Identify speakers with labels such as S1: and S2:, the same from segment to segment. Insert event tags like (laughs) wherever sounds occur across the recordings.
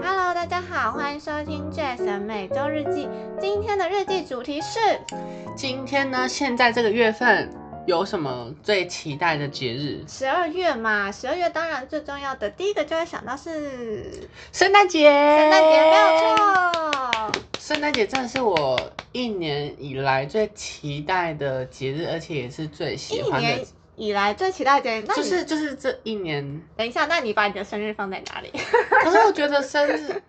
S1: Hello，大家好，欢迎收听 Jason 每周日记。今天的日记主题是
S2: 今天呢，现在这个月份有什么最期待的节日？
S1: 十二月嘛，十二月当然最重要的第一个就会想到是
S2: 圣诞节，
S1: 圣
S2: 圣
S1: 诞节，没有。错。
S2: 圣诞节真的是我一年以来最期待的节日，而且也是最喜
S1: 一
S2: 欢
S1: 年
S2: 的，
S1: 以来最期待的节日，那你
S2: 就是就是这
S1: (laughs)
S2: 一年。
S1: 等一下，那你把你的生日放在哪里？
S2: 可是我觉得生日，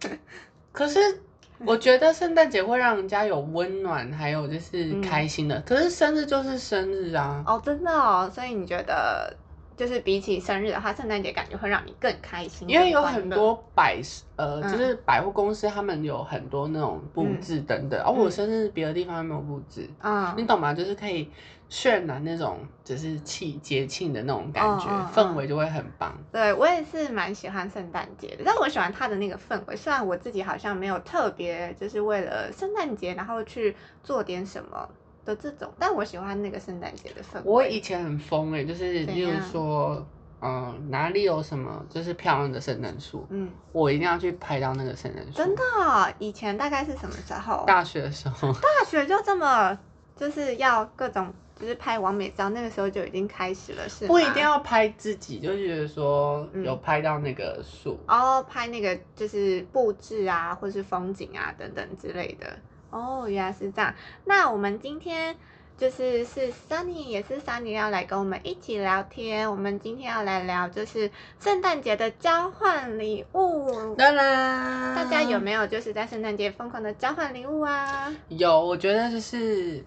S2: 可是我觉得圣诞节会让人家有温暖，还有就是
S1: 嗯
S2: 开心的。可是生日就是生日啊，
S1: (laughs) 哦，真的哦，所以你觉得就是比起生日的话，圣诞节感觉会让你更开心，
S2: 因为
S1: 更
S2: 有
S1: 欢
S2: 很
S1: 乐
S2: 多百呃，
S1: 嗯
S2: 就是百货公司他们有很多那种布置等啊等，而、我生日别的地方没有布置，你
S1: 嗯
S2: 懂吗？就是可以渲染那种就是气节庆的那种感觉，
S1: 嗯嗯嗯
S2: 氛围就会很棒。
S1: 对我也是蛮喜欢圣诞节的，但我喜欢它的那个氛围。虽然我自己好像没有特别就是为了圣诞节然后去做点什么的这种，但我喜欢那个圣诞节的氛围。
S2: 我以前很疯哎、就是
S1: 怎
S2: 例如
S1: 样
S2: 说，嗯、哪里有什么就是漂亮的圣诞树，
S1: 嗯，
S2: 我一定要去拍到那个圣诞树。
S1: 真的哦、以前大概是什么时候？
S2: 大学的时候，
S1: 大学就这么就是要各种就是拍完美照，那个时候就已经开始了，是吗
S2: (laughs) 不一定要拍自己，就觉得说
S1: 啊嗯
S2: 有拍到那个树。
S1: 哦，拍那个就是布置啊，或是风景啊等等之类的。哦，原来是这样。那我们今天就是是 Sunny，也是 Sunny 要来跟我们一起聊天。我们今天要来聊就是圣诞节的交换礼物。
S2: 当然
S1: 大家有没有就是在圣诞节疯狂的交换礼物啊？
S2: 有，我觉得就是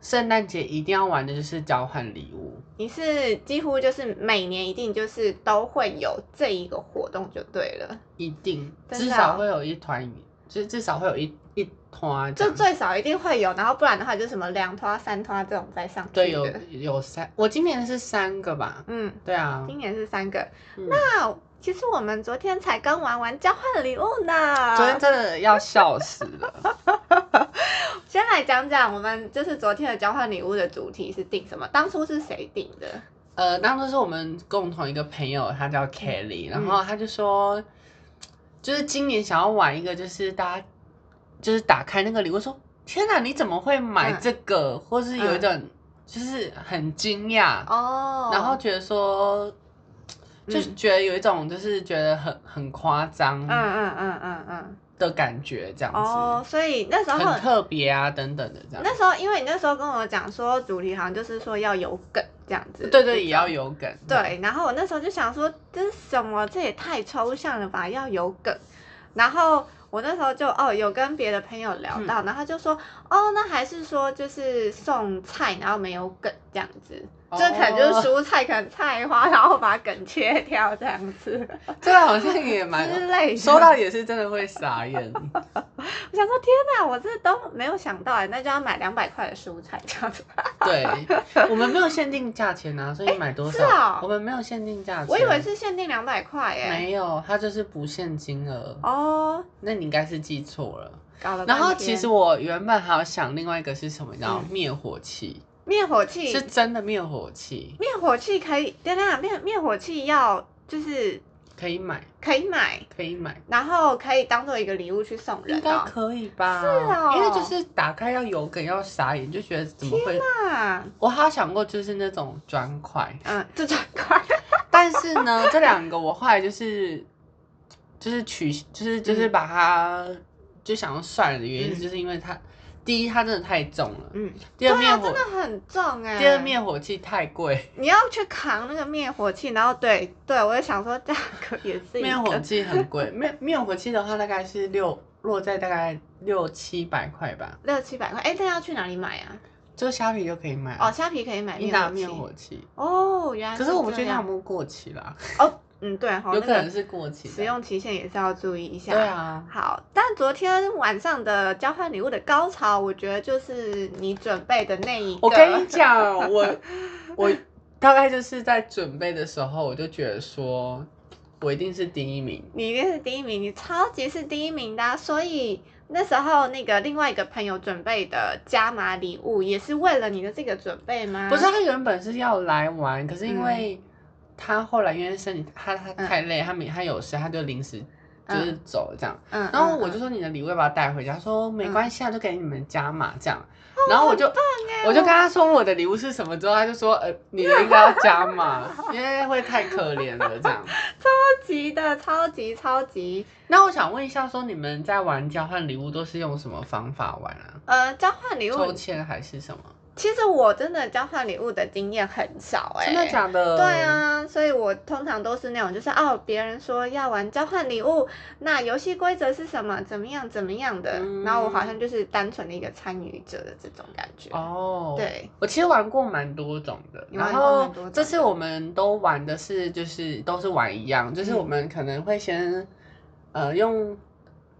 S2: 圣诞节一定要玩的就是交换礼物。
S1: 你是几乎就是每年一定就是都会有这一个活动就对了，
S2: 一定，
S1: 真
S2: 至
S1: 的
S2: 少
S1: 哦
S2: 会有一团，就是至少会有一一团这
S1: 就
S2: 样。
S1: 最少一定会有，然后不然的话就是什么两拖三拖这种再上去的。
S2: 对，有有三，我今年是三个吧？
S1: 嗯，
S2: 对啊，
S1: 今年是三个。
S2: 嗯
S1: 那其实我们昨天才刚玩完交换礼物呢。
S2: 昨天真的要笑死了。
S1: 先来讲讲我们就是昨天的交换礼物的主题是定什么？当初是谁定的？
S2: 呃，当初是我们共同一个朋友，他
S1: 嗯
S2: 叫 Kelly，、然后他就说，就是今年想要玩一个，就是大家就是打开那个礼物说，天哪，你怎么会买
S1: 嗯
S2: 这个？或是有一
S1: 嗯
S2: 种、就是很惊讶，
S1: 哦，
S2: 然后觉得说，就是
S1: 嗯
S2: 觉得有一种就是觉得很很夸张
S1: 嗯嗯嗯嗯嗯，
S2: 的感觉，这样子，
S1: 哦，所以那时
S2: 很
S1: 候
S2: 特别啊等等的这样。
S1: 那时候因为你那时候跟我讲说主题好像就是说要有梗这样子，
S2: 对对，也要。有梗。，
S1: 对，然后我那时候就想说，这是什么？这也太抽象了吧，要有梗。然后我那时候就哦，有跟别的朋友聊
S2: 嗯
S1: 到，然后就说哦，那还是说就是送菜，然后没有梗这样子，
S2: 哦
S1: 这可能就是
S2: (laughs)
S1: 蔬菜，可能菜花，然后把梗切掉这样子
S2: 这个啊好像也
S1: (laughs)
S2: 蛮。
S1: 之类的。
S2: 收到也是真的会傻眼，
S1: 我想说天哪，我这都没有想到哎，那就要买两百块的蔬菜这
S2: (laughs)
S1: 样子。 (laughs)
S2: 对我们没有限定价钱啊，所以买多
S1: 是哦
S2: 少，我们没有限定价钱，
S1: 我以为是限定两百块哎。
S2: 啊没有，它就是不限金额，
S1: 哦，
S2: 那你应该是记错了。
S1: 搞了半天。
S2: 然后其实我原本还有想另外一个是什么，你知道
S1: 嗯
S2: 灭火器，
S1: 灭火器
S2: 是真的灭火器，
S1: 灭火器可以，等等，灭灭火器要就是
S2: 可以买，
S1: 可以买，
S2: 可以买，
S1: 然后可以当做一个礼物去送人
S2: 应该
S1: 哦。
S2: 可以吧？
S1: 是哦
S2: 因为就是打开要有梗要傻眼，就觉得怎么会？
S1: 啊，
S2: 我还有想过就是那种砖块，
S1: 嗯， (laughs) 这种快，
S2: 但是呢，这两个我后来就是就是取就是就是把它、就想要算了的原因，
S1: 嗯
S2: 就是因为它第一它真的太重了，
S1: 嗯，
S2: 第二灭
S1: 啊，
S2: 火、
S1: 真的很重哎、
S2: 第二灭火器太贵，
S1: 你要去扛那个灭火器，然后对对，我就想说价格也是一
S2: 灭
S1: 个
S2: 火器很贵， (laughs) 灭灭火器的话大概是六落在大概六七百块吧，
S1: 六七百块，哎，这要去哪里买啊？
S2: 就虾皮就可以买
S1: 哦，
S2: 啊，
S1: 虾皮可以买
S2: 一
S1: 灭
S2: 打
S1: 火
S2: 灭
S1: 器。
S2: 火器。
S1: 哦，原来
S2: 可是我不
S1: 这
S2: 确定它有
S1: 样。
S2: 没有过期啦，
S1: 嗯，对哈、那
S2: 有可
S1: 个
S2: 能是过期的。
S1: 使用期限也是要注意一下。
S2: 嗯对啊，
S1: 好，但昨天晚上的交换礼物的高潮，我觉得就是你准备的那一个。
S2: 我跟你讲，
S1: (laughs)
S2: 我我大概就是在准备的时候，我就觉得说，我一定是第一名。
S1: 你一定是第一名，你超级是第一名的啊、所以那时候那个另外一个朋友准备的加码礼物，也是为了你的这个准备吗？
S2: 不是，啊他原本是要来玩，可是因为他后来因为身体他他
S1: 嗯
S2: 太累，他没他有事，他就临时就是
S1: 嗯
S2: 走这样。
S1: 嗯，
S2: 然后
S1: 嗯
S2: 我就，说你的礼物要不要带回家？他说没
S1: 嗯哦
S2: 关系啊，就给你们加码这样。然后我就
S1: 欸
S2: 我就跟他说我的礼物是什么之后，他就说呃你的应该要加码，因为会太可怜了这样。
S1: 超级的，超级超级，
S2: 那我想问一下，说你们在玩交换礼物都是用什么方法玩啊？
S1: 呃，交换礼
S2: 抽
S1: 物，
S2: 签还是什么？
S1: 其实我真的交换礼物的经验很少、哎，
S2: 真的假的？
S1: 对，啊，所以我通常都是那种，就是哦，别人说要玩交换礼物，那游戏规则是什么，怎么样怎么样的，
S2: 嗯
S1: 然后我好像就是单纯的一个参与者的这种感觉。
S2: 哦，。
S1: 对，
S2: 我其实玩过蛮多种的，
S1: 你玩
S2: 然
S1: 过蛮
S2: 后
S1: 多种的
S2: 这次我们都玩的是就是都是玩一样，就是我们可能会先呃用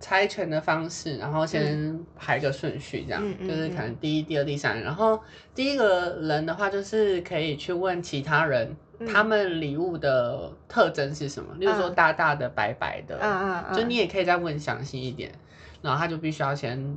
S2: 猜拳的方式，然后先排个顺序这样，
S1: 嗯嗯
S2: 就是可能第一、第二、第三，然后第一个人的话就是可以去问其他人、
S1: 嗯
S2: 他们礼物的特征是什么，例如说
S1: 嗯
S2: 大大的、白白的，
S1: 嗯嗯嗯，
S2: 就你也可以再问详细一点，然后他就必须要先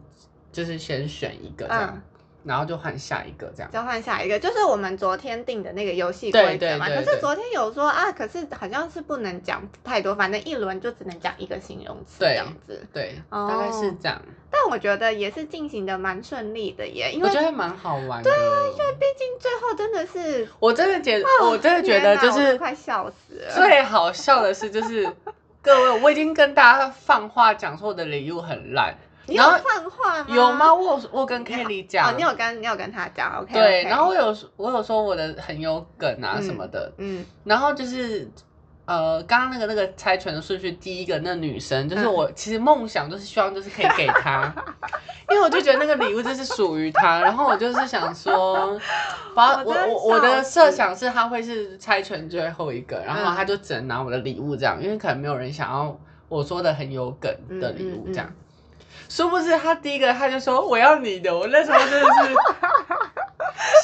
S2: 就是先选一个这样，
S1: 嗯
S2: 然后就换下一个这样。
S1: 交换下一个，就是我们昨天定的那个游戏规则嘛。
S2: 对对对
S1: 可是
S2: 对
S1: 昨天有说啊，可是好像是不能讲太多，反正一轮就只能讲一个形容词这
S2: 对
S1: 样子。
S2: 对，
S1: 哦
S2: 大概是这样。
S1: 但我觉得也是进行的蛮顺利的耶，因
S2: 我
S1: 为
S2: 觉
S1: 毕
S2: 得蛮好玩的。对啊，因为
S1: 竟最后真的是，
S2: 我真的觉得，我真的觉
S1: 哦天
S2: 得
S1: 哪
S2: 就
S1: 我都
S2: 是
S1: 快笑死了。
S2: 最好笑的是，就是
S1: (laughs)
S2: 各位，我已经跟大家放话讲说我的礼物很烂，
S1: 你有
S2: 然后
S1: 放话吗？
S2: 有吗？？我有我有跟 Kelly
S1: 哦，
S2: 讲
S1: 啊你，有跟你有跟他讲，OK？
S2: 对，然后我有我有说我的很有梗啊
S1: 嗯
S2: 什么的，
S1: 嗯
S2: 然后就是。呃，刚刚那个那个猜拳的顺序，第一个那女生就是
S1: 嗯
S2: 我，其实梦想就是希望就是可以给她， (laughs) 因为我就觉得那个礼物就是属于她，然后我就是想说，把
S1: 我
S2: 我
S1: 真
S2: 我我
S1: 笑
S2: 的
S1: 死
S2: 设想是她会是猜拳最后一个，然后
S1: 嗯
S2: 她就只能拿我的礼物这样，因为可能没有人想要我说的很有梗的礼
S1: 嗯
S2: 物
S1: 嗯嗯
S2: 这样。殊不知她第一个她就说我要你的，我那时候真的是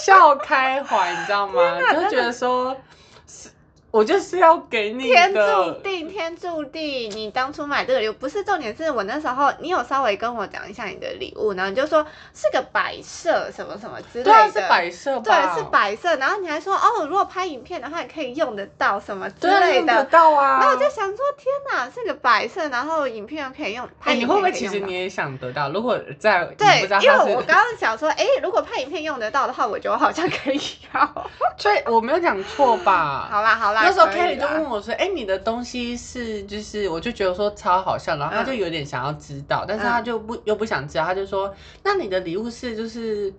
S2: 笑开怀，你知道吗？就觉得说。我就是要给你
S1: 天注
S2: 的，
S1: 定，天注定，你当初买这个礼物不是重点，是我那时候你有稍微跟我讲一下你的礼物，然后你就说是个摆设什么什么之类的，
S2: 对啊，是摆设吧？
S1: 对是摆设，然后你还说哦，如果拍影片的话，你可以用得到什么之
S2: 对啊，
S1: 类
S2: 用得
S1: 的。
S2: 到啊。
S1: 然后我就想说，天哪，是个摆设，然后影片又可以用，拍
S2: 哎，
S1: 影
S2: 你
S1: 片
S2: 会不会
S1: 也可以
S2: 其实
S1: 用到
S2: 你也想得到？如果在你
S1: 对，
S2: 不知道
S1: 因为
S2: 他
S1: 我
S2: 是，
S1: 刚刚想说，哎，如果拍影片用得到的话，我觉得好像可以
S2: (laughs)
S1: 要。
S2: 所以我没有讲错吧？
S1: 好啦好啦，
S2: 那时候
S1: 可以
S2: Kelly 就
S1: 啦
S2: 问我说：“哎，你的东西是就是？”我就觉得说超好笑，
S1: 嗯
S2: 然后他就有点想要知道，但是他就不又不想知道，他就说：“那你的礼物是就是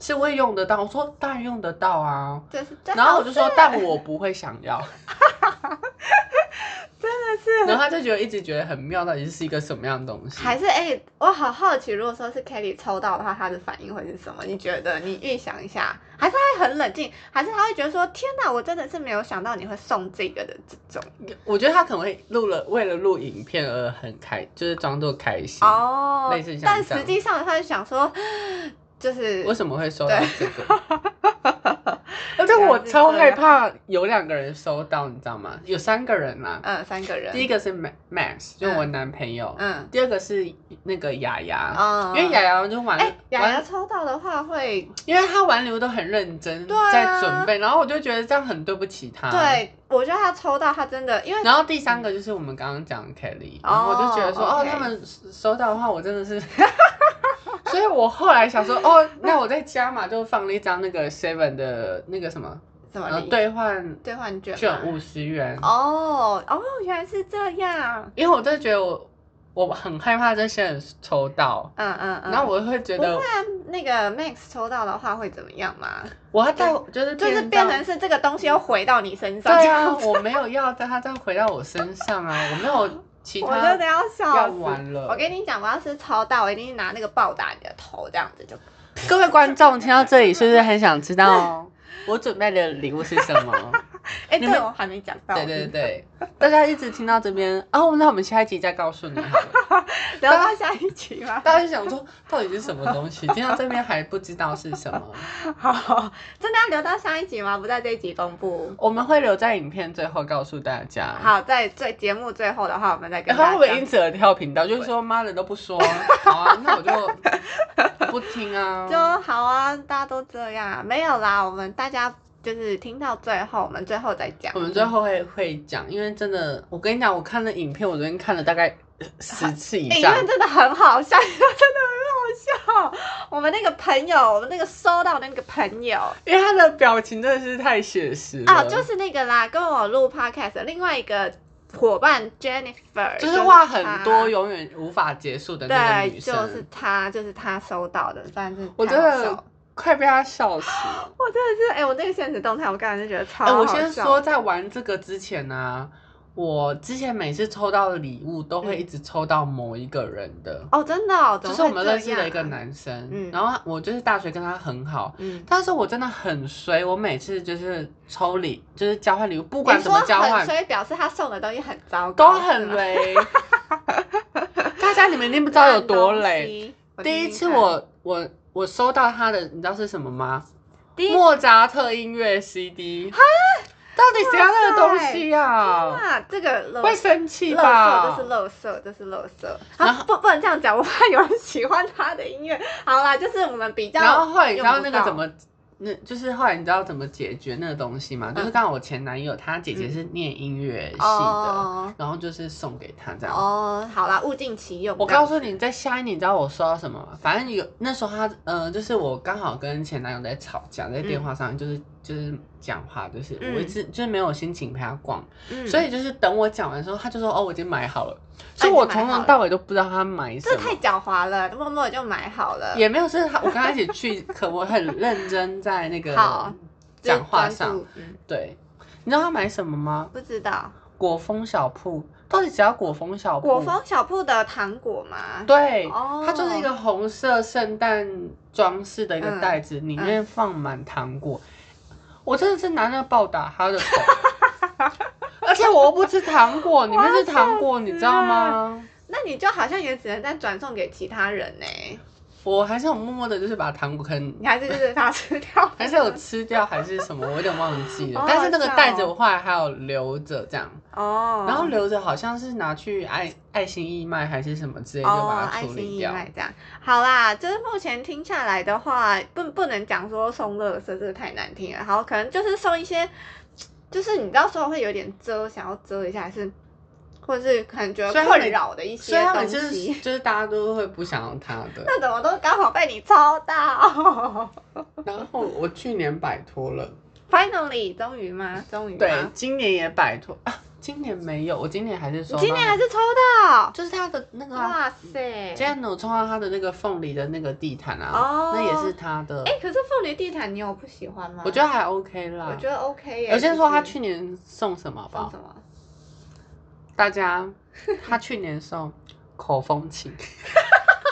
S2: 是会用得到？”我说：“当然用得到啊。”
S1: 这是，
S2: 然后我就说：“
S1: 这好哎
S2: 但我不会想
S1: (laughs)
S2: 要。”
S1: 是
S2: 然后他就觉得一直觉得很妙，到底是一个什么样的东西？
S1: 还是哎、我好好奇，如果说是 Kelly 抽到的话，他的反应会是什么？你觉得？你预想一下，还是他会很冷静，还是他会觉得说，天哪，我真的是没有想到你会送这个的这种
S2: 我觉得他可能会录了，为了录影片而很开，就是装作开心。
S1: 哦
S2: 类似像
S1: 但
S2: 这样
S1: 实际上他就想说，就是
S2: 为什么会收
S1: 对
S2: 到
S1: 啊
S2: 这个？
S1: (laughs)
S2: 而且我超害怕有两个人收到，你知道吗？有三个人啦、
S1: 嗯、三个人，
S2: 第一个是 Ma- Max，就是我男朋友。
S1: 嗯
S2: 第二个是那个雅雅，
S1: 哦
S2: 因为雅雅就玩
S1: 哎，雅雅
S2: 玩，
S1: 抽到的话会
S2: 因为她玩礼物都很认真
S1: 对啊
S2: 在准备，然后我就觉得这样很对不起她。。
S1: 对，我觉得他抽到他真的，因为
S2: 然后第三个就是我们刚刚讲的 Kelly，、
S1: 哦
S2: 然后我就觉得说，哦，
S1: OK
S2: 他们收到的话，我真的是， (laughs) 所以我后来想说，哦，那我在家嘛，就放了一张那个 Seven 的那个什么，
S1: 什么
S2: 呃，
S1: 礼
S2: 兑换
S1: 兑换券
S2: 券
S1: 吗
S2: 五十元，
S1: 哦哦，原来是这样，
S2: 因为我真的觉得我我很害怕这些人抽到，
S1: 嗯嗯嗯。
S2: 然后我会觉
S1: 不
S2: 得
S1: 会啊，那个 Max 抽到的话会怎么样吗？
S2: 我要带，就是
S1: 就是
S2: 变
S1: 变
S2: 到
S1: 成是这个东西又回到你身上，
S2: 对
S1: 这
S2: 啊， (laughs)
S1: 样子
S2: 我没有要，但他再回到我身上啊，
S1: (laughs)
S2: 我没有其
S1: 我真
S2: 他
S1: 的要
S2: 要
S1: 笑死。
S2: 玩了。
S1: 我跟你讲，我要是抽到，我一定拿那个暴打你的头，这样子就 (laughs)
S2: 各位观众听到这里，是不是很想知道我准备的礼物是什么？
S1: 哎、
S2: 你
S1: 对
S2: 们
S1: 我还没讲到。
S2: 对对对，大家一直听到这边哦，那我们下一集再告诉你好了。
S1: 对，聊到下一集吧。
S2: 大家就想说，到底是什么东西？听到这边还不知道是什么，
S1: 好，真的要留到下一集吗？不在这一集公布。
S2: 我们会留在影片最后告诉大家。
S1: 好，在最节目最后的话，我们再跟
S2: 然后
S1: 大
S2: 会
S1: 家
S2: 不会
S1: 讲。
S2: 因此而跳频道？就是说，妈的都不说，好啊，那我就不听啊。
S1: (laughs) 就好啊，大家都这样啊，没有啦，我们大家就是听到最后，我们最后再讲。
S2: 我们最后会会讲，因为真的，我跟你讲，我看了影片，我昨天看了大概十次以
S1: 欸因
S2: 上。
S1: 为真的很好笑， (laughs) 真的很好笑。我们那个朋友，我们那个收到的那个朋友
S2: 因为他的表情真的是太写实了，
S1: 啊，就是那个啦，跟我录 podcast 的另外一个伙伴 Jennifer，
S2: 就是话很
S1: 她
S2: 多，永远无法结束的那个
S1: 对，
S2: 女生，
S1: 就是她，就是她收到的，反正
S2: 我
S1: 太
S2: 真
S1: 好笑
S2: 的
S1: 了
S2: 快被他笑死了。
S1: 我真的是，哎、我那个现实动态，我刚才就觉得超
S2: 哎、
S1: 好笑。
S2: 我先说，在玩这个之前呢、我之前每次抽到的礼物都会一直抽到某一个人的，
S1: 哦，真的、哦，嗯怎么
S2: 就是
S1: 会
S2: 我们认识
S1: 这样
S2: 的一个
S1: 啊，
S2: 男生，
S1: 嗯
S2: 然后我就是大学跟他很好。
S1: 嗯，
S2: 但是我真的很衰，我每次就是抽礼，就是交换礼物，不管
S1: 你
S2: 怎
S1: 说
S2: 么交换
S1: 很，所以表示他送的东西很糟
S2: 都
S1: 糕，是
S2: 很
S1: 吗 (laughs)
S2: 雷。大家你们一定不知道有多
S1: 烂东
S2: 雷。
S1: 西。
S2: 第
S1: 听
S2: 一
S1: 听
S2: 次
S1: 看
S2: 我我我收到他的，你知道是什么吗？
S1: 第一
S2: 莫扎特音乐 CD。到底谁要那个东西啊？
S1: 啊，这个垃
S2: 会
S1: 圾，
S2: 生气
S1: 垃圾，
S2: 吧
S1: 这是？垃圾，这是垃圾。
S2: 然
S1: 啊
S2: 后，
S1: 不，不能这样讲，我怕有人喜欢他的音乐。好啦，就是我们比较，
S2: 然后后来你知道
S1: 用
S2: 那
S1: 不
S2: 个
S1: 到
S2: 怎么？那就是后来你知道怎么解决那个东西吗？
S1: 嗯
S2: 就是刚好我前男友他姐姐是念音乐系的，
S1: 哦
S2: 然后就是送给他这样。
S1: 哦，好啦，物尽其用。
S2: 我告
S1: 你，
S2: 诉你，在下一年你知道我收到什么吗？反正有那时候他，呃，就是我刚好跟前男友在吵架，在电话上就是、就是讲话，就是
S1: 嗯
S2: 我一直就是没有心情陪他逛，
S1: 嗯
S2: 所以就是等我讲完之后，他就说哦我已经买好了，
S1: 啊
S2: 所以
S1: 已经
S2: 我
S1: 买
S2: 从
S1: 好
S2: 头
S1: 了
S2: 到尾都不知道他买什
S1: 这
S2: 么
S1: 太。狡猾了，默默就买好了，
S2: 也没有，是他我跟他一起去，可 (laughs) 我很认真在那个
S1: 好就是
S2: 讲话
S1: 专注
S2: 上。，
S1: 嗯，
S2: 对，你知道他买什么吗？
S1: 不知道
S2: 果风小铺，到底只要果风小铺？
S1: 果风小铺的糖果吗？
S2: 对，
S1: 哦
S2: 它就是一个红色圣诞装饰的一个袋子，里面放满糖果。
S1: 嗯
S2: 我真的是拿那个暴打他的
S1: (laughs)
S2: 头，而且我又不吃糖果，里面是糖果，你知道吗？
S1: 那你就好像也只能再转送给其他人呢、
S2: 我还是有默默的，就是把糖果可能
S1: 你还是就是把它吃掉，
S2: 还是有吃掉，还是什么，我有点忘记了
S1: 好。好
S2: 但是那个袋子
S1: 笑哦
S2: 我后来还有留着，这样，
S1: 哦，
S2: 然后留着好像是拿去爱爱心义卖还是什么之类，就
S1: 哦
S2: 把，它
S1: 爱
S2: 处
S1: 心
S2: 理
S1: 义
S2: 掉。
S1: 卖这样。好啦，就是目前听下来的话，不不能讲说送乐色，这个太难听了。好，可能就是送一些，就是你到时候会有点遮，想要遮一下，还是或者是可能觉
S2: 所
S1: 得
S2: 以他们
S1: 困扰的一些
S2: 所以他
S1: 东
S2: 们就是
S1: 西。
S2: 就是大家都会不想要它的。
S1: (laughs) 那怎么都刚好被你抽
S2: (laughs)
S1: 到
S2: 然后我去年摆脱了，
S1: ？Finally，终于吗？终于
S2: (laughs) 对
S1: 吗，？
S2: 今年也摆脱 (laughs) 啊，今年没有，我今年还是收
S1: 你
S2: 到，
S1: 今天还是抽到，
S2: 就是他的那个、啊，
S1: 哇塞！
S2: 今天我抽到他的那个凤梨的那个地毯啊，
S1: 哦
S2: 那也是他的，
S1: 哎、可是凤梨地毯你有不喜欢吗？
S2: 我觉得还 OK 啦。
S1: 我觉得 OK 耶、
S2: 有些人说他
S1: 就是
S2: 去年送什么
S1: 放
S2: 吧
S1: 什，么？
S2: 大家，他去年送口风琴， (laughs)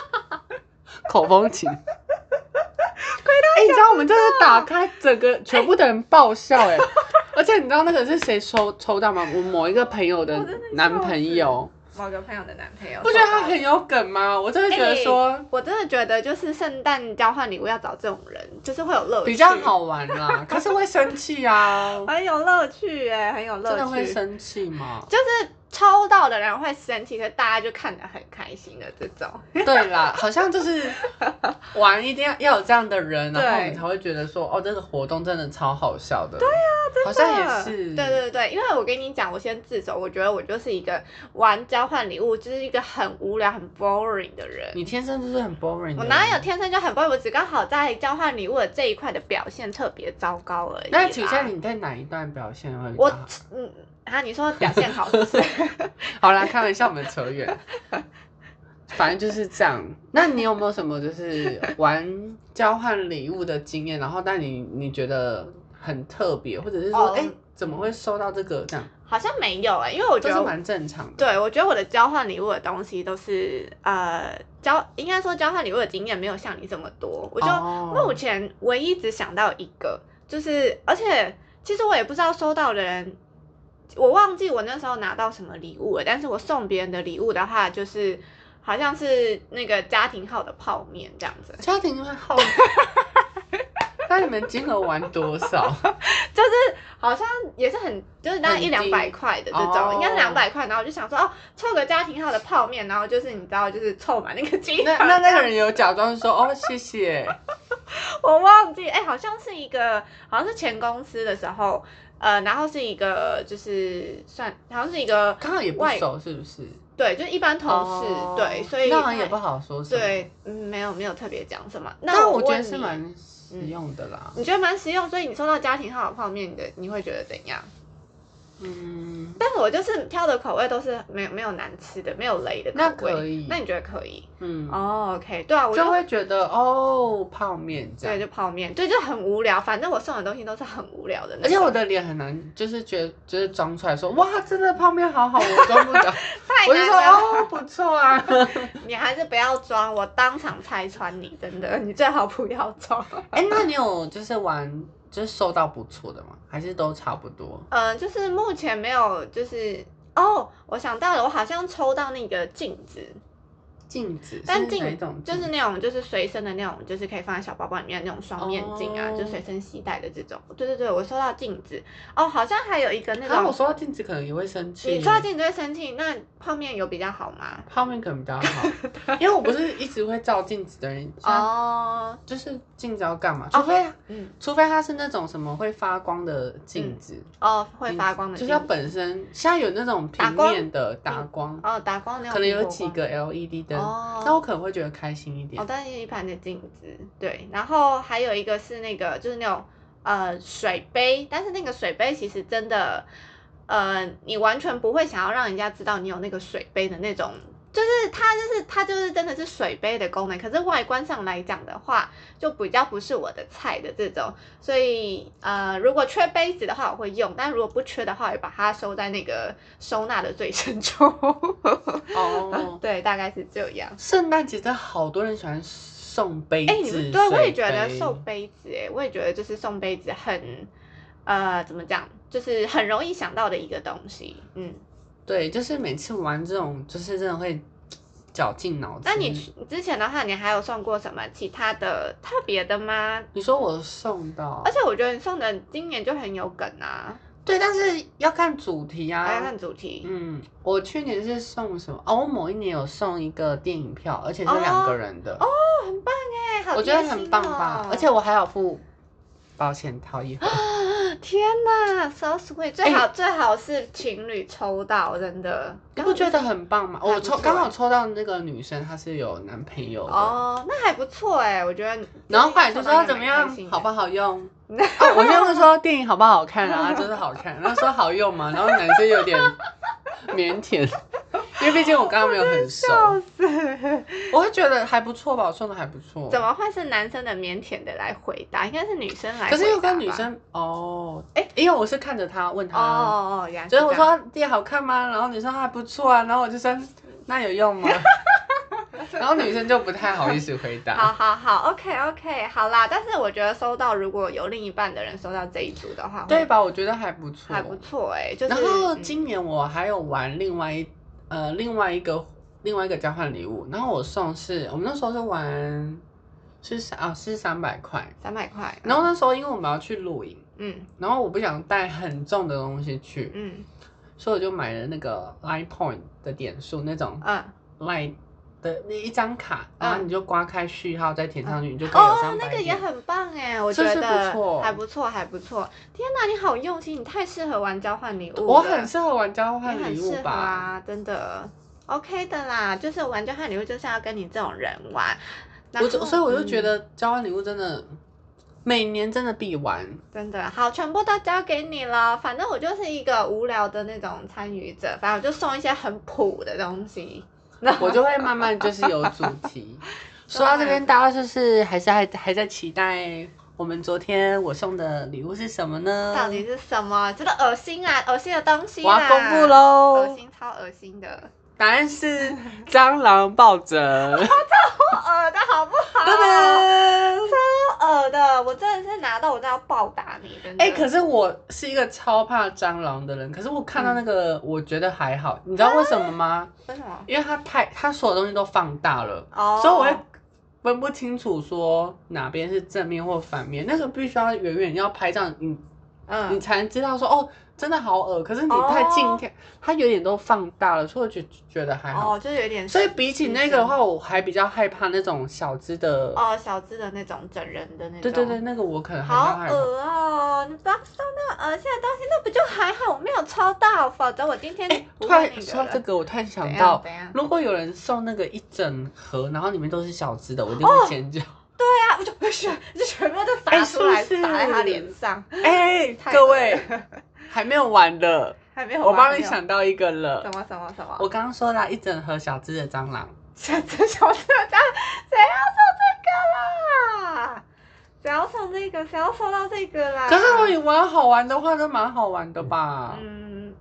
S2: 口风 (laughs) 琴。哎、你知道我们这是打开整个全部的人爆笑 (laughs) 哎、而且你知道那个是谁抽抽到吗？我某一个朋友的
S1: 我真的笑死
S2: 男朋友，
S1: 某个朋友的男朋友，
S2: 不觉得他很有梗吗？我真的觉得说、
S1: 我真的觉得就是圣诞交换礼物要找这种人，就是会有乐趣，
S2: 比较，好玩 (laughs) 啦，可是会生气啊，
S1: 很有乐趣哎、很有乐
S2: 真
S1: 趣，
S2: 的会生气吗？
S1: 就是抽到的人会生气，可是大家就看得很开心的这种。
S2: (laughs) 对啦，好像就是玩一定要要有这样的人，然后
S1: 对
S2: 我们才会觉得说，哦，这个活动真的超好笑的。对啊，好像也是。
S1: 对对对，因为我跟你讲，我先自首，我觉得我就是一个玩交换礼物就是一个很无聊、很 boring 的人。
S2: 你天生就是很 boring 的人。
S1: 我哪有天生就很 boring？我只刚好在交换礼物的这一块的表现特别糟糕而已啦。
S2: 那请问你在哪一段表现会比较
S1: 啊我
S2: 好？
S1: 嗯啊，你说表现好是不是？
S2: 好啦，开玩笑，我们扯远。
S1: (laughs)
S2: 反正就是这样。那你有没有什么就是玩交换礼物的经验？然后，但你你觉得很特别，或者是说，
S1: 哦
S2: 哎、怎么会收到这个？这样
S1: 好像没有哎、因为我觉
S2: 都
S1: 得
S2: 是
S1: 我
S2: 蛮正常的。
S1: 对，我觉得我的交换礼物的东西都是呃交，应该说交换礼物的经验没有像你这么多。我就、
S2: 哦
S1: 目前唯一只想到一个，就是而且其实我也不知道收到的人，我忘记我那时候拿到什么礼物了。但是我送别人的礼物的话，就是好像是那个家庭号的泡面这样子，
S2: 家庭号，
S1: (laughs)
S2: 那你们金额玩
S1: (laughs)
S2: 多少？
S1: 就是好像也是很就是大概一
S2: 很低
S1: 两百块的这
S2: 哦
S1: 种，应该是两百块。然后我就想说，哦，凑个家庭号的泡面，然后就是你知道，就是凑满那个金额
S2: 那那那个人有假装说哦谢谢，
S1: (laughs) 我忘记，哎、好像是一个，好像是前公司的时候，呃，然后是一个就是算，好像是一个
S2: 刚好也不
S1: 外
S2: 熟是不是？
S1: 对，就是一般同事，
S2: 哦
S1: 对，所以
S2: 那好像
S1: 他
S2: 也不好说什么。，
S1: 对，嗯，没有没有特别讲什么。那
S2: 但我觉
S1: 问
S2: 得
S1: 你，
S2: 是蛮实用的啦。
S1: 你觉得蛮实用，所以你收到家庭号的泡面，你的你会觉得怎样？
S2: 嗯，
S1: 但是我就是挑的口味都是没有没有难吃的，没有雷的口味。
S2: 那可以
S1: 那你觉得可以？
S2: 嗯，
S1: 哦、o k 对啊，我
S2: 就会觉得哦泡面这
S1: 对
S2: 样。
S1: 就泡面，对就很无聊。反正我送的东西都是很无聊的那种，
S2: 而且我的脸很难，就是觉得就是装出来说哇，真的泡面好好，我装不了。
S1: (laughs) 太
S2: 我就
S1: 难
S2: 说
S1: 了。
S2: 哦，不错啊。 (laughs)
S1: 你还是不要装，我当场拆穿你，真的，你最好不要
S2: (laughs)
S1: 装。
S2: 哎、那你有就是玩就是收到不错的吗？还是都差不多？
S1: 呃，就是目前没有，就是哦，我想到了，我好像抽到那个镜子，
S2: 镜子，
S1: 但
S2: 是
S1: 镜
S2: 哪一种
S1: 就
S2: 镜
S1: 是那种就是随身的那种，就是可以放在小包包里面的那种双面镜啊
S2: 哦
S1: 就随身携带的这种。对对对，我收到镜子，哦，好像还有一个那
S2: 可啊是我
S1: 种，
S2: 收到镜子可能也会生气。
S1: 你抽到镜子会生气，那泡面有比较好吗？
S2: 泡面可能比较
S1: (laughs)
S2: 好，因为我不是一直会照镜子的人，像
S1: 哦，
S2: 就是镜子要干嘛？啊除
S1: 哦
S2: 非、
S1: 嗯，
S2: 除非它是那种什么会发光的镜子，
S1: 哦，会发光的
S2: 就
S1: 镜
S2: 是
S1: 子，
S2: 它本身现在有那种平面的打光，
S1: 哦，打光的那种，
S2: 可能有几个 LED
S1: 哦
S2: 灯，那我可能会觉得开心一点。
S1: 哦，但是一盘的镜子，对，然后还有一个是那个就是那种呃水杯，但是那个水杯其实真的，呃，你完全不会想要让人家知道你有那个水杯的那种，就是它就是它就是真的是水杯的功能，可是外观上来讲的话，就比较不是我的菜的这种，所以呃，如果缺杯子的话我会用，但如果不缺的话，我会把它收在那个收纳的最深处。 (laughs)
S2: 哦，
S1: 对，大概是这样。
S2: 圣诞节真的好多人喜欢送杯子，
S1: 哎、你们对，我也
S2: 水
S1: 觉得
S2: 杯
S1: 送杯子、哎，我也觉得就是送杯子很，呃，怎么讲，就是很容易想到的一个东西。嗯，
S2: 对，就是每次玩这种，就是真的会绞尽脑汁。
S1: 那你之前的话，你还有送过什么其他的特别的吗？
S2: 你说我送到
S1: 而，且我觉得你送的今年就很有梗啊，
S2: 对，但是要看主题
S1: 还要
S2: 啊。
S1: 看主题。
S2: 嗯，我去年是送什么？哦，我某一年有送一个电影票，而且是两个人的，哦，
S1: 哎、好
S2: 我觉
S1: 贴
S2: 得
S1: 心
S2: 很棒吧
S1: 哦。
S2: 而且我还有付保险套一盒，
S1: 天哪，so sweet！最好、最好是情侣抽到，真的。
S2: 哎你不觉得很
S1: (gasps)
S2: 棒吗？
S1: 还
S2: 我
S1: 不
S2: 抽
S1: 错欸
S2: 刚好抽到那个女生，她是有男朋友的，
S1: 哦，那还不错哎、我觉得你。
S2: 然后后来就说怎么样，好不好用？
S1: (laughs)
S2: 哦，我先问说电影好不好看啊？就是好看，然后说好用嘛，然后男生有点腼腆， (laughs) 因为毕竟我刚刚没有很熟，
S1: 笑死！
S2: 我会觉得还不错吧，我送的还不错。
S1: 怎？么会是男生的腼腆的来回答？应该是女生来回答吧。
S2: 可是又跟女生哦，哎，因为我是看着他问
S1: 哦
S2: 他，
S1: 哦哦，原来是
S2: 所以我
S1: 这样
S2: 说电影好看吗？然后女生说还不错啊，然后我就说那有用吗？
S1: (laughs)
S2: 然后女生就不太好意思回
S1: 好
S2: 答。
S1: 好好，OK OK，好啦。但是我觉得收到，如果有另一半的人收到这一组的话，
S2: 对吧？我觉得还不错，
S1: 还不错哎、就是
S2: 然后
S1: 嗯
S2: 今年我还有玩另外一呃另外一个另外一个交换礼物，然后我送是我们那时候是玩是三啊是三百块，
S1: 三百块，
S2: 然后那时候因为我们要去露营，
S1: 嗯
S2: 然后我不想带很重的东西去，
S1: 嗯
S2: 所以我就买了那个 Line Point 的点数那种
S1: 嗯，
S2: Line 的那一张卡，
S1: 嗯
S2: 然后你就刮开序号再填上去，你就可以有
S1: 哦，
S2: 三
S1: 那
S2: 百
S1: 个也
S2: 点。
S1: 很棒哎、我
S2: 是
S1: 觉
S2: 不是
S1: 得
S2: 不错
S1: 还不错还不错。天哪，你好用心，你太适合玩交换礼物了，
S2: 我很适合玩交
S1: 也
S2: 换
S1: 很
S2: 礼
S1: 适
S2: 物
S1: 合
S2: 吧？
S1: 啊，真的 OK 的啦。就是玩交换礼物就是要跟你这种人玩，然
S2: 我就
S1: 后
S2: 所以我就觉、
S1: 嗯
S2: 得交换礼物真的每年真的必玩。
S1: 真的好，全部都交给你了。反正我就是一个无聊的那种参与者，反正我就送一些很普的东西。
S2: 我就会慢慢就是有主
S1: (laughs)
S2: 题。说到这边，大家就是还是还还在期待我们昨天我送的礼物是什么呢？
S1: 到底是什么？真的恶心啊！恶心的东西
S2: 我
S1: 啦！
S2: 要公布
S1: 恶
S2: 喽，
S1: 心，超恶心的，
S2: 答案是蟑螂抱枕。
S1: 哦
S2: (laughs)
S1: 不恶的好不好？
S2: 拜拜。
S1: 超恶的，我真的是拿到我都要暴打怕你，真的。
S2: 哎、可是我是一个超怕蟑螂的人，可是我看到那个，
S1: 嗯
S2: 我觉得还好，你知道为什么吗？
S1: 为什么？
S2: 因为它太，它所有东西都放大了，
S1: 哦，
S2: 所以我会分不清楚说哪边是正面或反面，那个必须要远远要拍照，你你
S1: 嗯，
S2: 才能知道说哦，真的好恶。可是你太近
S1: 哦
S2: 看，它有点都放大了，所以我觉觉得还好。
S1: 哦，就是有点，
S2: 所以比起那个的话，我还比较害怕那种小只的。
S1: 哦，小只的那种整人的那种，
S2: 对对对，，那个我可能还比较
S1: 好
S2: 害怕。
S1: 恶哦！你不要说那么恶心的东西，那不就还好？我没有抽到，否则我今天
S2: 哎，
S1: 不
S2: 突
S1: 问
S2: 然
S1: 你
S2: 说
S1: 的
S2: 到这
S1: 了。
S2: 个，我突然
S1: 怎
S2: 想
S1: 样
S2: 到，
S1: 怎样？
S2: 如果有人送那个一整盒，然后里面都是小只的，我一定
S1: 哦
S2: 会尖叫。
S1: 对啊，我就不选，就全部都
S2: 哎
S1: 打
S2: 是
S1: 出
S2: 不
S1: 来，
S2: 是
S1: 打在他脸上。
S2: 哎、
S1: 太
S2: 各
S1: 恶
S2: 位
S1: 了
S2: 还没有完的，
S1: 还没有
S2: 我
S1: 完，
S2: 帮
S1: 还
S2: 你
S1: 没有
S2: 想到一个了
S1: 什。么什么什么？
S2: 我刚刚说了一整盒小只的蟑螂，
S1: 小只小只的蟑螂，谁要送这个啦？谁要送这个？谁要送到这个啦？
S2: 可是如果你玩好玩的话，就蛮好玩的吧？
S1: 啊嗯，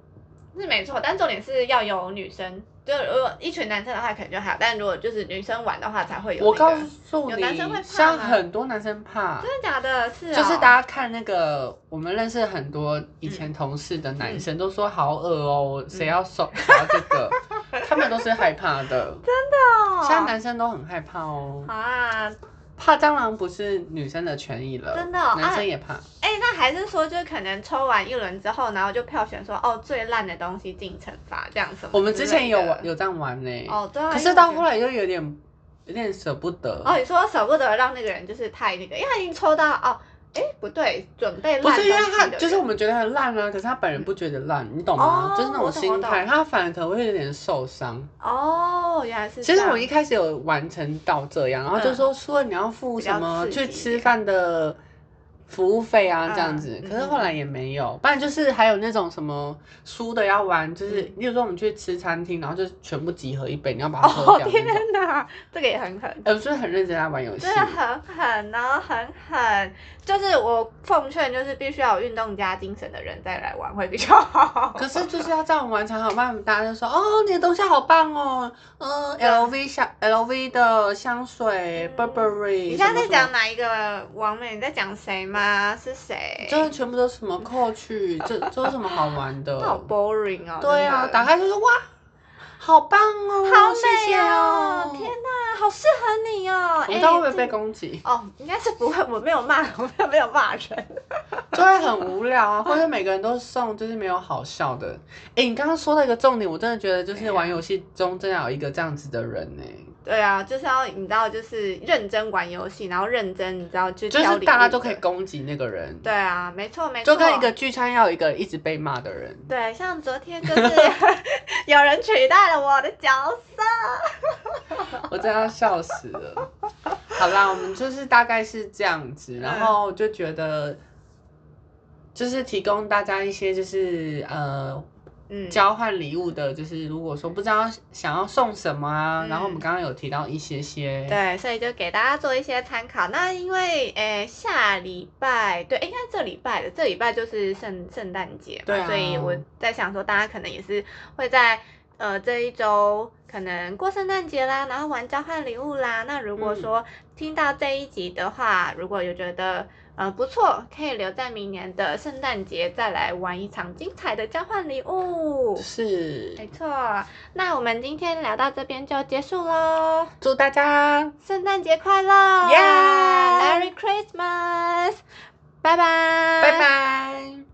S1: 是没错，但重点是要有女生。就如果一群男生的话，可能就还好；但如果就是女生玩的话，才会有、那
S2: 我
S1: 个
S2: 告诉
S1: 有
S2: 你
S1: 男生会，怕
S2: 像
S1: 吗
S2: 很多男生怕，
S1: 真的假的？是、哦、
S2: 就是大家看那个，我们认识很多以前同事的男生都说好恶哦，
S1: 嗯
S2: 谁要送谁要这
S1: (laughs)
S2: 个，他们都是害怕的。
S1: 哦
S2: 现在男生都很害怕哦，
S1: 啊，
S2: 怕蟑螂不是女生的权益了，
S1: 真的哦
S2: 男生也怕。
S1: 哎、那还是说，就是可能抽完一轮之后，然后就票选说，哦，最烂的东西进惩罚这样什么之类的？
S2: 我们之前有玩有这样玩呢，
S1: 哦，对啊、
S2: 可是到后
S1: 来。
S2: 来又有点有点舍不得。
S1: 哦，你说舍不得让那个人就是太那个，因为他已经抽到哦，哎，不对，准备烂
S2: 不
S1: 东西
S2: 是
S1: 的
S2: 因
S1: 人
S2: 为他，就是我们觉得很烂啊，可是他本人不觉得烂，你懂吗？
S1: 哦
S2: 就是那种心
S1: 我懂
S2: 态，
S1: 我
S2: 他反而可能会有点受伤。
S1: 哦，原来是
S2: 其实我
S1: 一
S2: 一开始有完成到这样，然后就说说你要付什么
S1: 比较
S2: 去
S1: 刺激一点
S2: 吃饭的服务费啊
S1: 嗯
S2: 这样子，
S1: 嗯
S2: 可是后来也没有。不然就是还有那种什么输的要玩，就是
S1: 嗯
S2: 例如说我们去吃餐厅，然后就全部集合一杯，你要把它喝
S1: 哦
S2: 掉那
S1: 天
S2: 种。
S1: 哪，这个也很狠。
S2: 呃，就是很认真在玩游戏
S1: 真。的很狠哦，很狠，就是我奉劝，就是必须要有运动加精神的人再来玩会比较好。
S2: 可是就是要这样玩才好，不然大家就说哦，你的东西好棒哦，嗯、
S1: 对啊
S2: l v 香 LV 的香水、
S1: 嗯 (laughs)
S2: Burberry，
S1: 你现在
S2: 什么
S1: 在
S2: 什么
S1: 讲哪一个王美？你在讲谁吗？是谁？
S2: 就是全部都是什么 Coach，这这有什么好玩的？
S1: 嗯 (laughs) 那好 boring 哦。
S2: 对啊，
S1: 真的
S2: 打开就是哇，好棒哦，
S1: 好
S2: 谢
S1: 美
S2: 谢
S1: 哦
S2: 哦！，
S1: 天哪，好适合你哦。
S2: 我们
S1: 哎
S2: 知道会不会
S1: 这
S2: 被攻击，
S1: 哦，应该是不会，我没有骂，我没有没有骂人。
S2: 就会很无聊啊，或 (laughs) 者每个人都送，就是没有好笑的。哎，你刚刚说到一个重点，我真的觉得就
S1: 怎
S2: 是
S1: 样
S2: 玩游戏中真的要有一个这样子的人呢、
S1: 对啊，就是要你知道，就是认真玩游戏，然后认真，你知道就
S2: 就
S1: 挑
S2: 是
S1: 礼
S2: 大家
S1: 物
S2: 都可以
S1: 的。
S2: 攻击那个人，
S1: 对啊，没错没错。
S2: 就跟一个聚餐要有一个一直被骂的人。 (laughs)
S1: 对，像昨天就是有人取代了我的角
S2: (laughs)
S1: 色。
S2: 我真的要笑死了。好啦，我们就是大概是这样
S1: 嗯
S2: 子，然后就觉得就是提供大家一些就是呃
S1: 嗯，
S2: 交换礼物的，就是如果说不知道想要送什么啊，
S1: 嗯
S2: 然后我们刚刚有提到一些些，
S1: 对，所以就给大家做一些参考。那因为诶、下礼拜对，应该这礼拜的这礼拜就是圣圣诞节嘛，
S2: 对啊
S1: 所以我在想说，大家可能也是会在呃这一周可能过圣诞节啦，然后玩交换礼物啦。那如果
S2: 嗯
S1: 说听到这一集的话，如果有觉得呃不错，可以留在明年的圣诞节再来玩一场精彩的交换礼物。
S2: 是
S1: 没错，那我们今天聊到这边就结束喽。
S2: 祝大家
S1: 圣诞节快乐
S2: Yeah！
S1: ，Merry Christmas，拜拜，
S2: 拜。拜。